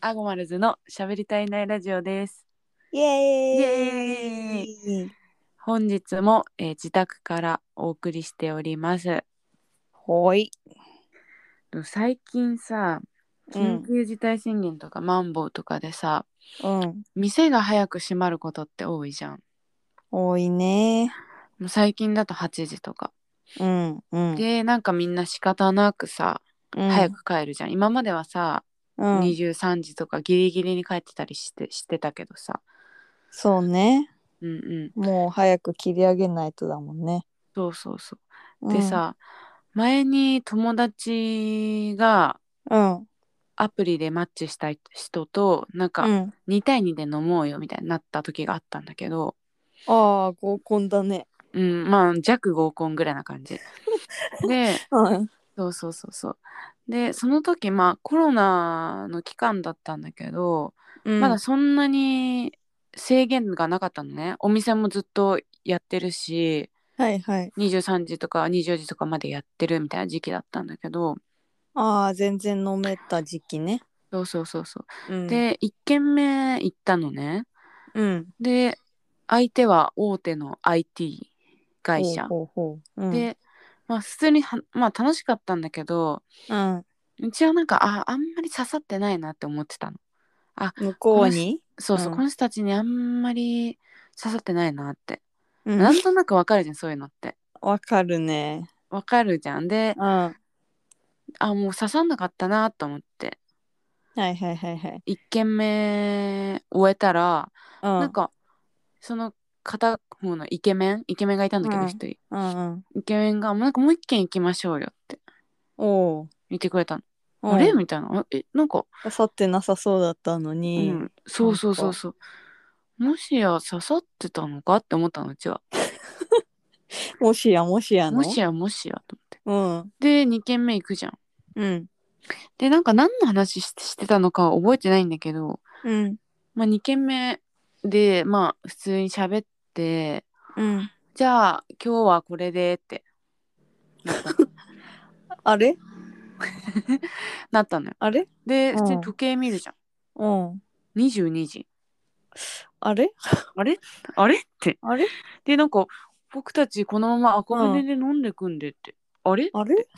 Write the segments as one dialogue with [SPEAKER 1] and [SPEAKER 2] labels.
[SPEAKER 1] アゴマルズの喋りたいないラジオです。
[SPEAKER 2] イエーイ
[SPEAKER 1] イエ本日も、えー自宅からお送りしております。
[SPEAKER 2] ほい。
[SPEAKER 1] と最近さ、緊急事態宣言とかマンボウとかでさ、
[SPEAKER 2] うん。
[SPEAKER 1] 店が早く閉まることって多いじゃん。
[SPEAKER 2] 多いね。
[SPEAKER 1] もう最近だと8時とか。
[SPEAKER 2] うん。うん。
[SPEAKER 1] で、なんかみんな仕方なくさ、
[SPEAKER 2] うん、
[SPEAKER 1] 早く帰るじゃん。今まではさ、
[SPEAKER 2] うん。
[SPEAKER 1] 23時とかギリギリに帰ってたりしてしてたけどさ。
[SPEAKER 2] そうね。
[SPEAKER 1] うんうん。
[SPEAKER 2] もう早く切り上げないとだもんね。
[SPEAKER 1] そうそうそう。
[SPEAKER 2] うん
[SPEAKER 1] で。さ、前に友達が
[SPEAKER 2] うん。
[SPEAKER 1] アプリでマッチした人となん
[SPEAKER 2] う
[SPEAKER 1] か
[SPEAKER 2] ん、
[SPEAKER 1] 2対2で飲もうよみたいになった時があったんだけど、
[SPEAKER 2] ああ、合コンだね。
[SPEAKER 1] うん、まあ弱合コンぐらいな感 じで
[SPEAKER 2] うん。
[SPEAKER 1] そうそうそうそうでその時まあコロナの期間だったんだけど、
[SPEAKER 2] うん、
[SPEAKER 1] まだそんなに制限がなかったのねお店もずっとやってるし
[SPEAKER 2] はいはい。
[SPEAKER 1] 23時とか24時とかまでやってるみたいな時期だったんだけど
[SPEAKER 2] ああ、全然飲めた時期ね。
[SPEAKER 1] そうそうそうそう
[SPEAKER 2] うん、、
[SPEAKER 1] で1軒目行ったのね
[SPEAKER 2] うん。
[SPEAKER 1] で相手は大手の IT 会社
[SPEAKER 2] ほうほうほう。うん、
[SPEAKER 1] で、まあ、普通には、まあ、楽しかったんだけど
[SPEAKER 2] うん。
[SPEAKER 1] うちはなんかああんまり刺さってないなって思ってたの
[SPEAKER 2] 向こうに
[SPEAKER 1] そうそう、
[SPEAKER 2] うん
[SPEAKER 1] この人たちにあんまり刺さってないなって、
[SPEAKER 2] うん
[SPEAKER 1] なんとなくわかるじゃんそういうのって
[SPEAKER 2] わかるね。
[SPEAKER 1] わかるじゃんで
[SPEAKER 2] うん。は
[SPEAKER 1] あもう刺さんなかったなと思って
[SPEAKER 2] いはいはいはい。
[SPEAKER 1] 1軒目終えたら、
[SPEAKER 2] うん。
[SPEAKER 1] なんかその片方のイケメンイケメンがいたんだけど
[SPEAKER 2] うん
[SPEAKER 1] 一人、
[SPEAKER 2] うんうん。
[SPEAKER 1] イケメンが「もうなんかもう一軒行きましょうよ」って
[SPEAKER 2] おう
[SPEAKER 1] 言ってくれたの。
[SPEAKER 2] おう。
[SPEAKER 1] あれみたいな。あえなんか、
[SPEAKER 2] 刺さってなさそうだったの
[SPEAKER 1] う
[SPEAKER 2] に、
[SPEAKER 1] ん、そうそうそうそう。もしや刺さってたのかって思ったのうちは。
[SPEAKER 2] もしやもしやの
[SPEAKER 1] もしやもしやと思って。
[SPEAKER 2] うん
[SPEAKER 1] で2軒目行くじゃん。
[SPEAKER 2] うん
[SPEAKER 1] でなんか何の話ししてたのかは覚えてないんだけど、
[SPEAKER 2] うん
[SPEAKER 1] まあ、2軒目でまあ普通に喋って
[SPEAKER 2] うん
[SPEAKER 1] じゃあ今日はこれでってなったの
[SPEAKER 2] あれ
[SPEAKER 1] なったのよ。
[SPEAKER 2] あれ
[SPEAKER 1] で
[SPEAKER 2] うん
[SPEAKER 1] 普通に時計見るじゃん。
[SPEAKER 2] うん
[SPEAKER 1] 22時。
[SPEAKER 2] あれ
[SPEAKER 1] あれあれって。
[SPEAKER 2] あれ
[SPEAKER 1] でなんか僕たちこのまま赤羽で飲んでくんでって、あれ
[SPEAKER 2] あれ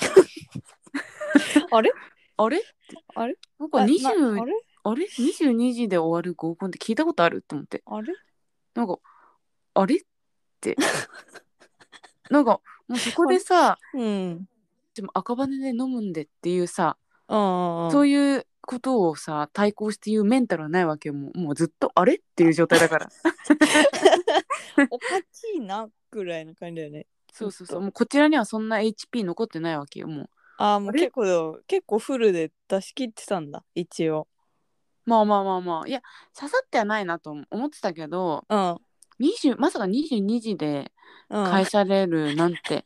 [SPEAKER 2] あれ
[SPEAKER 1] あれ
[SPEAKER 2] あれ
[SPEAKER 1] なんか
[SPEAKER 2] あ
[SPEAKER 1] 20
[SPEAKER 2] な
[SPEAKER 1] あ
[SPEAKER 2] あれ
[SPEAKER 1] れ22時で終わる合コンって聞いたことあるって思って
[SPEAKER 2] あれ
[SPEAKER 1] なんかあれって なんかもうそこでさ
[SPEAKER 2] うん
[SPEAKER 1] でも赤羽で飲むんでっていうさ、
[SPEAKER 2] ああ
[SPEAKER 1] そういうことをさ対抗して言うメンタルはないわけよもうもうずっとあれっていう状態だ から
[SPEAKER 2] おかしいなぐらいの感じだよね
[SPEAKER 1] そうそうそうもうこちらにはそんな HP 残ってないわけよもう
[SPEAKER 2] ああも
[SPEAKER 1] あ
[SPEAKER 2] う
[SPEAKER 1] れ
[SPEAKER 2] 結構結構フルで出し切ってたんだ一応
[SPEAKER 1] まあまあまあまあいや刺さってはないなと思思ってたけど
[SPEAKER 2] うん
[SPEAKER 1] 20まさか22時で
[SPEAKER 2] うん
[SPEAKER 1] 返されるなんて、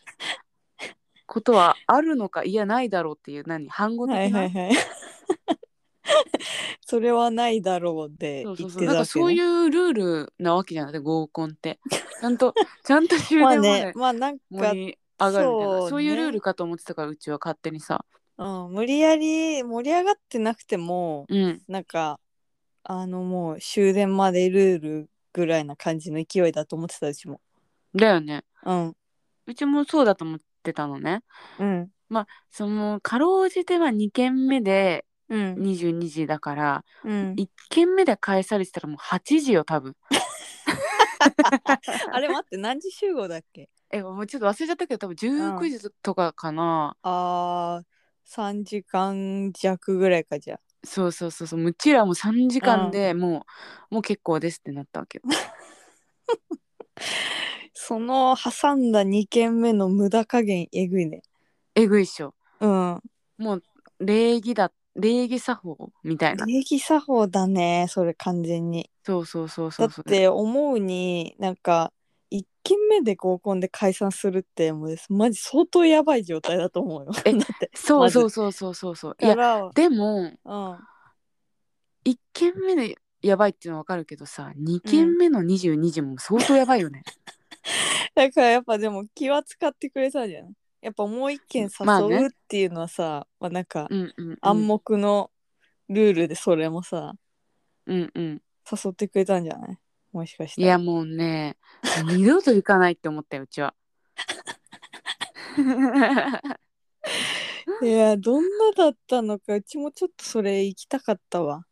[SPEAKER 1] ことはあるのかいやないだろうっていう何反語的な、
[SPEAKER 2] はいはいはい それはないだろうで
[SPEAKER 1] そ
[SPEAKER 2] 言
[SPEAKER 1] う
[SPEAKER 2] って
[SPEAKER 1] そう
[SPEAKER 2] た
[SPEAKER 1] そうなんかそう
[SPEAKER 2] わけね
[SPEAKER 1] いうルールなわけじゃなくて合コンってちゃんと ちゃんと終電
[SPEAKER 2] まあ
[SPEAKER 1] ま
[SPEAKER 2] ね
[SPEAKER 1] で
[SPEAKER 2] まあなんか
[SPEAKER 1] 盛り上がるみたいな
[SPEAKER 2] そう
[SPEAKER 1] そう,、
[SPEAKER 2] ね
[SPEAKER 1] いうルールかと思ってたからうちは勝手にさ
[SPEAKER 2] うん、無理やり盛り上がってなくても
[SPEAKER 1] うん
[SPEAKER 2] なんかあのもう終電までルールぐらいな感じの勢いだと思ってたうちも
[SPEAKER 1] だよね
[SPEAKER 2] うん
[SPEAKER 1] うちもそうだと思ってたのね
[SPEAKER 2] うん
[SPEAKER 1] そのかろうじては2軒目で
[SPEAKER 2] うん
[SPEAKER 1] 22時だから
[SPEAKER 2] うん
[SPEAKER 1] 1軒目で返されてたらもう8時よ多分
[SPEAKER 2] あれ待って何時集合だっけ
[SPEAKER 1] えもうちょっと忘れちゃったけど多分19時とかかな、
[SPEAKER 2] あー3時間弱ぐらいかじゃ
[SPEAKER 1] そうそうそうそううちらも3時間でもう、もう結構ですってなったわけよ
[SPEAKER 2] その挟んだ2軒目の無駄加減えぐいね
[SPEAKER 1] えぐいっしょ
[SPEAKER 2] うん
[SPEAKER 1] もう礼儀だ礼儀作法みたいな
[SPEAKER 2] 礼儀作法だねそれ完全に
[SPEAKER 1] そうそうそうそ
[SPEAKER 2] だ
[SPEAKER 1] う
[SPEAKER 2] っ
[SPEAKER 1] そう
[SPEAKER 2] て思うになんか1軒目で合コンで解散するってもうマジ相当やばい状態だと思うよ。
[SPEAKER 1] え
[SPEAKER 2] だって
[SPEAKER 1] そう
[SPEAKER 2] まず
[SPEAKER 1] そうそうそうそうそうい
[SPEAKER 2] か
[SPEAKER 1] や
[SPEAKER 2] らうん
[SPEAKER 1] でも
[SPEAKER 2] あ
[SPEAKER 1] 1軒目でやばいっていうのはわかるけどさ2軒目の22時も相当やばいよね、
[SPEAKER 2] だからやっぱでも気は使ってくれたんじゃないやっぱもう一軒
[SPEAKER 1] まあ
[SPEAKER 2] 誘
[SPEAKER 1] ね
[SPEAKER 2] うっていうのはさ、まあなんか
[SPEAKER 1] うんうんうん
[SPEAKER 2] 暗黙のルールでそれもさ
[SPEAKER 1] うんうん
[SPEAKER 2] 誘ってくれたんじゃないもしかした
[SPEAKER 1] い
[SPEAKER 2] ら
[SPEAKER 1] やもうねもう二度と行かないって思ったようち は
[SPEAKER 2] いやどんなだったのかうちもちょっとそれ行きたかったわ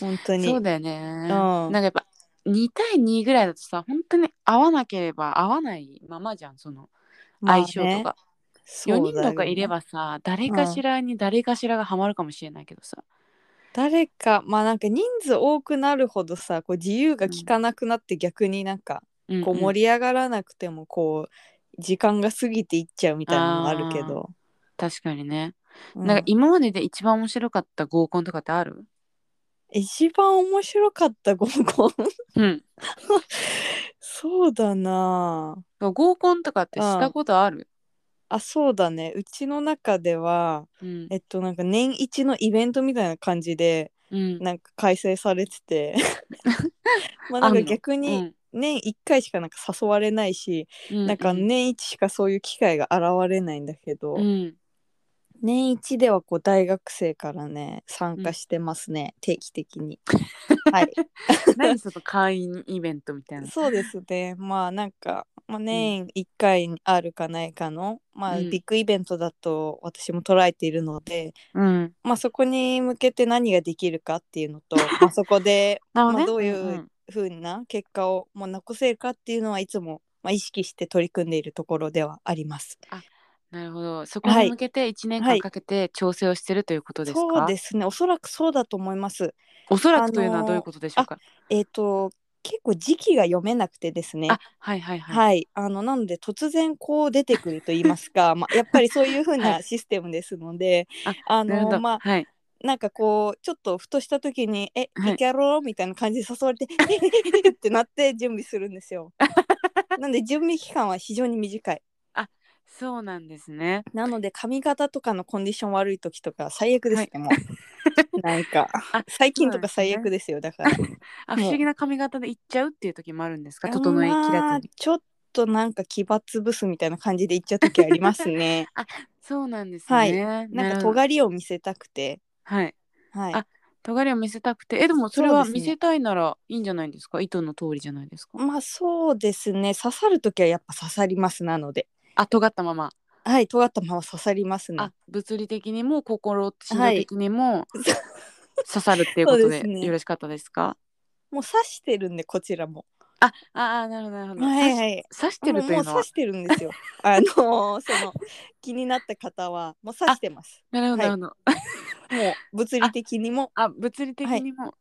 [SPEAKER 2] 本当に
[SPEAKER 1] そうだよ
[SPEAKER 2] う
[SPEAKER 1] ね
[SPEAKER 2] ん
[SPEAKER 1] なんかやっぱ2対2ぐらいだとさ本当に合わなければ合わないままじゃんその
[SPEAKER 2] まあね
[SPEAKER 1] 相性とか、
[SPEAKER 2] そう
[SPEAKER 1] 四
[SPEAKER 2] だよ
[SPEAKER 1] 4人とかいればさ誰かしらに誰かしらがハマるかもしれないけどさ、
[SPEAKER 2] 誰かまあなんか人数多くなるほどさこう自由が利かなくなって逆になんか
[SPEAKER 1] うんうん
[SPEAKER 2] こう盛り上がらなくてもこう時間が過ぎていっちゃうみたいなのもあるけど、
[SPEAKER 1] 確かにね、
[SPEAKER 2] うん
[SPEAKER 1] なんか今までで一番面白かった合コンとかってある
[SPEAKER 2] 一番面白かった合コン
[SPEAKER 1] うん
[SPEAKER 2] そうだなあ
[SPEAKER 1] 合コンとかってしたことある、
[SPEAKER 2] あそうだねうちの中では
[SPEAKER 1] うん
[SPEAKER 2] えっとなんか年一のイベントみたいな感じで
[SPEAKER 1] うん
[SPEAKER 2] なんか開催されて てまあなん
[SPEAKER 1] あん
[SPEAKER 2] か
[SPEAKER 1] の
[SPEAKER 2] 逆
[SPEAKER 1] う
[SPEAKER 2] に
[SPEAKER 1] ん
[SPEAKER 2] 年1回しかなんか誘われないし、
[SPEAKER 1] うん
[SPEAKER 2] なんか年一しかそういう機会が現れないんだけど、
[SPEAKER 1] うん
[SPEAKER 2] 年一ではこう大学生からね参加してま すね、定期的にはい
[SPEAKER 1] 何その会員イベントみ たいな
[SPEAKER 2] そうですねまあなんか、まあ、
[SPEAKER 1] ん
[SPEAKER 2] 年1回あるかないかの、まあ、
[SPEAKER 1] うん
[SPEAKER 2] ビッグイベントだと私も捉えているので、
[SPEAKER 1] うん
[SPEAKER 2] まあ、そこに向けて何ができるかっていうの と、まあ、そこで
[SPEAKER 1] なるほど
[SPEAKER 2] ま
[SPEAKER 1] ね
[SPEAKER 2] あどういう
[SPEAKER 1] うん
[SPEAKER 2] ふうな結果をもう残せるかっていうのはいつも、まあ、意識して取り組んでいるところではあります。
[SPEAKER 1] なるほどそこに向けて1年
[SPEAKER 2] は
[SPEAKER 1] 間
[SPEAKER 2] い
[SPEAKER 1] かけて調整をしてるということですか、
[SPEAKER 2] そうですねおそらくそうだと思います。
[SPEAKER 1] おそらくというのはどういうことでしょうか、
[SPEAKER 2] えっ、と結構時期が読めなくてですね
[SPEAKER 1] あはいはいはい、
[SPEAKER 2] はい、あのなので突然こう出てくると言いますか、まあ、やっぱりそういうふう
[SPEAKER 1] は
[SPEAKER 2] なシステムですので、
[SPEAKER 1] あ
[SPEAKER 2] あ
[SPEAKER 1] なるほ
[SPEAKER 2] の
[SPEAKER 1] ど、
[SPEAKER 2] まあ
[SPEAKER 1] はい
[SPEAKER 2] なんかこうちょっとふとした時に「え
[SPEAKER 1] はい
[SPEAKER 2] 行けやろう?」みたいな感じで誘われて「えっ?」ってなって準備するんですよ。なんで準備期間は非常に短い。
[SPEAKER 1] そうなんですね
[SPEAKER 2] なので髪型とかのコンディション悪い時とか最悪ですね、もう。なんか
[SPEAKER 1] あ
[SPEAKER 2] 最近とか
[SPEAKER 1] そうなんですね
[SPEAKER 2] 最悪ですよだから。
[SPEAKER 1] あ
[SPEAKER 2] もう
[SPEAKER 1] 不思議な髪型で行っちゃうっていう時もあるんですか整えき
[SPEAKER 2] ま
[SPEAKER 1] ら
[SPEAKER 2] あ
[SPEAKER 1] ずに
[SPEAKER 2] ちょっとなんか奇抜ブスみたいな感じで行っちゃう時あります ね。
[SPEAKER 1] そうなんですね、
[SPEAKER 2] なんか
[SPEAKER 1] るほど
[SPEAKER 2] 尖りを見せたくて、
[SPEAKER 1] はい
[SPEAKER 2] はい、
[SPEAKER 1] あ尖りを見せたくてえでもそれは
[SPEAKER 2] そうで
[SPEAKER 1] 見
[SPEAKER 2] すね
[SPEAKER 1] せたいならいいんじゃないですか糸の通りじゃないですか
[SPEAKER 2] まあそうですね刺さる時はやっぱ刺さりますなので
[SPEAKER 1] あ尖ったまま
[SPEAKER 2] はい尖ったまま刺さりますね
[SPEAKER 1] あ物理的にも心心
[SPEAKER 2] は
[SPEAKER 1] 理
[SPEAKER 2] い
[SPEAKER 1] 的に も刺さるっていうこと
[SPEAKER 2] そうで
[SPEAKER 1] です
[SPEAKER 2] ね
[SPEAKER 1] よろしかったですか
[SPEAKER 2] もう刺してるんでこちらも
[SPEAKER 1] あああなるほどなるほど、
[SPEAKER 2] はいはい
[SPEAKER 1] 刺し刺して
[SPEAKER 2] も
[SPEAKER 1] る
[SPEAKER 2] う
[SPEAKER 1] という
[SPEAKER 2] もう
[SPEAKER 1] のは
[SPEAKER 2] 刺してる んですよあのーその気になった方はもう刺してます
[SPEAKER 1] なるほどな
[SPEAKER 2] はい
[SPEAKER 1] るほど、
[SPEAKER 2] もう物理的にも
[SPEAKER 1] あ物理的にも、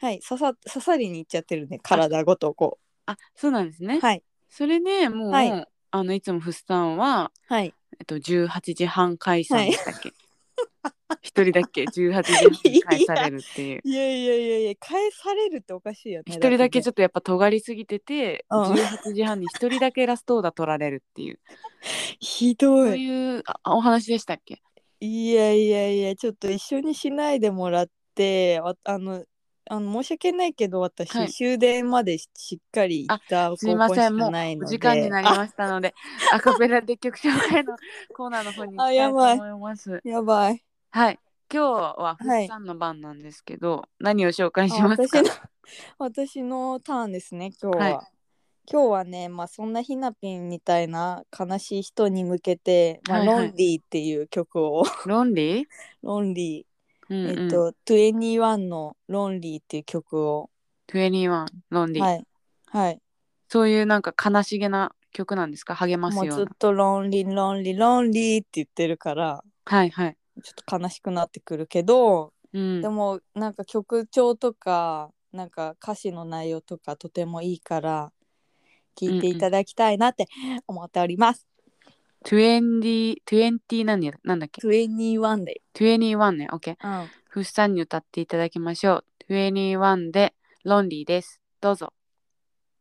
[SPEAKER 2] はい刺さ刺さりにいっちゃってるんで体ごとこ
[SPEAKER 1] あそうなんですね
[SPEAKER 2] うはい
[SPEAKER 1] それでもう、
[SPEAKER 2] はい
[SPEAKER 1] あのいつもフスタンは、
[SPEAKER 2] はい
[SPEAKER 1] えっと、18時半解散
[SPEAKER 2] はい
[SPEAKER 1] でしたっけ 一、人だけ18時半に返されるっていう
[SPEAKER 2] いやいやいやいや返されるっておかしいよね
[SPEAKER 1] 一人だけちょ
[SPEAKER 2] ょっ
[SPEAKER 1] っとやっぱ尖りすぎてて、
[SPEAKER 2] うん
[SPEAKER 1] 18時半に一人だけラストオーダー取られるっていう
[SPEAKER 2] とひど
[SPEAKER 1] そ
[SPEAKER 2] い
[SPEAKER 1] い
[SPEAKER 2] う
[SPEAKER 1] うあお話でしたっけ
[SPEAKER 2] いやいやいやちょっと一緒にしないでもらってわあのあの申し訳ないけど私、
[SPEAKER 1] はい
[SPEAKER 2] 終電までししっかりいた
[SPEAKER 1] すいません
[SPEAKER 2] 合コンしかないの
[SPEAKER 1] お
[SPEAKER 2] で
[SPEAKER 1] 時間になり
[SPEAKER 2] あ
[SPEAKER 1] ました のでアカペラで曲紹介のコーナーの方に行きたいと思います
[SPEAKER 2] やばい
[SPEAKER 1] はい今日はフ
[SPEAKER 2] はい
[SPEAKER 1] スさんの番なんですけど、何を紹介し
[SPEAKER 2] あ
[SPEAKER 1] ます
[SPEAKER 2] 私
[SPEAKER 1] か
[SPEAKER 2] の 私のターンですね今日は、
[SPEAKER 1] はい
[SPEAKER 2] 今日はねまあそんなひなぴんみたいな悲しい人に向けて「まあ
[SPEAKER 1] はいはい
[SPEAKER 2] ロンリー」っていう曲を
[SPEAKER 1] ロンリー、
[SPEAKER 2] ロンリ
[SPEAKER 1] う
[SPEAKER 2] ー、
[SPEAKER 1] んうん、
[SPEAKER 2] えっと21の「ロンリー」っていう曲を
[SPEAKER 1] 21ロンリー、
[SPEAKER 2] はいはい
[SPEAKER 1] そういうなんか悲しげな曲なんですか励ま
[SPEAKER 2] も
[SPEAKER 1] す
[SPEAKER 2] う
[SPEAKER 1] よ
[SPEAKER 2] ず
[SPEAKER 1] う
[SPEAKER 2] っ
[SPEAKER 1] な
[SPEAKER 2] とロンリーロンリーロンリーって言ってるから
[SPEAKER 1] はいはい、
[SPEAKER 2] ちょっと悲しくなってくるけど、
[SPEAKER 1] うん
[SPEAKER 2] で、もなんか曲調とかなんか歌詞の内容とかとてもいいから聞いていただきたいなって思っております。
[SPEAKER 1] 20, 20何やなんだっけ
[SPEAKER 2] 21で、
[SPEAKER 1] 21ね OK
[SPEAKER 2] うん、
[SPEAKER 1] フッサンに歌っていただきましょう21でロンリーですどうぞ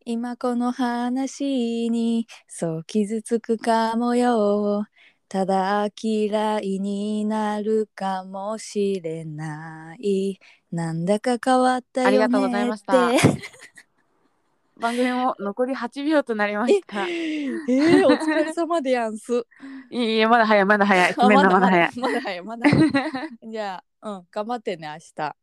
[SPEAKER 2] 今この話にそう傷つくかもよただ嫌いになるかもしれないなんだか変わったよねって
[SPEAKER 1] ありがとうございました番組も残り8秒となりましたい
[SPEAKER 2] えー、お疲れ様でやんす。
[SPEAKER 1] いえまだ早いまだ早いごめんなまだ早い
[SPEAKER 2] まだ早い、まだ早い。じゃあ、うん、頑張ってね、明日。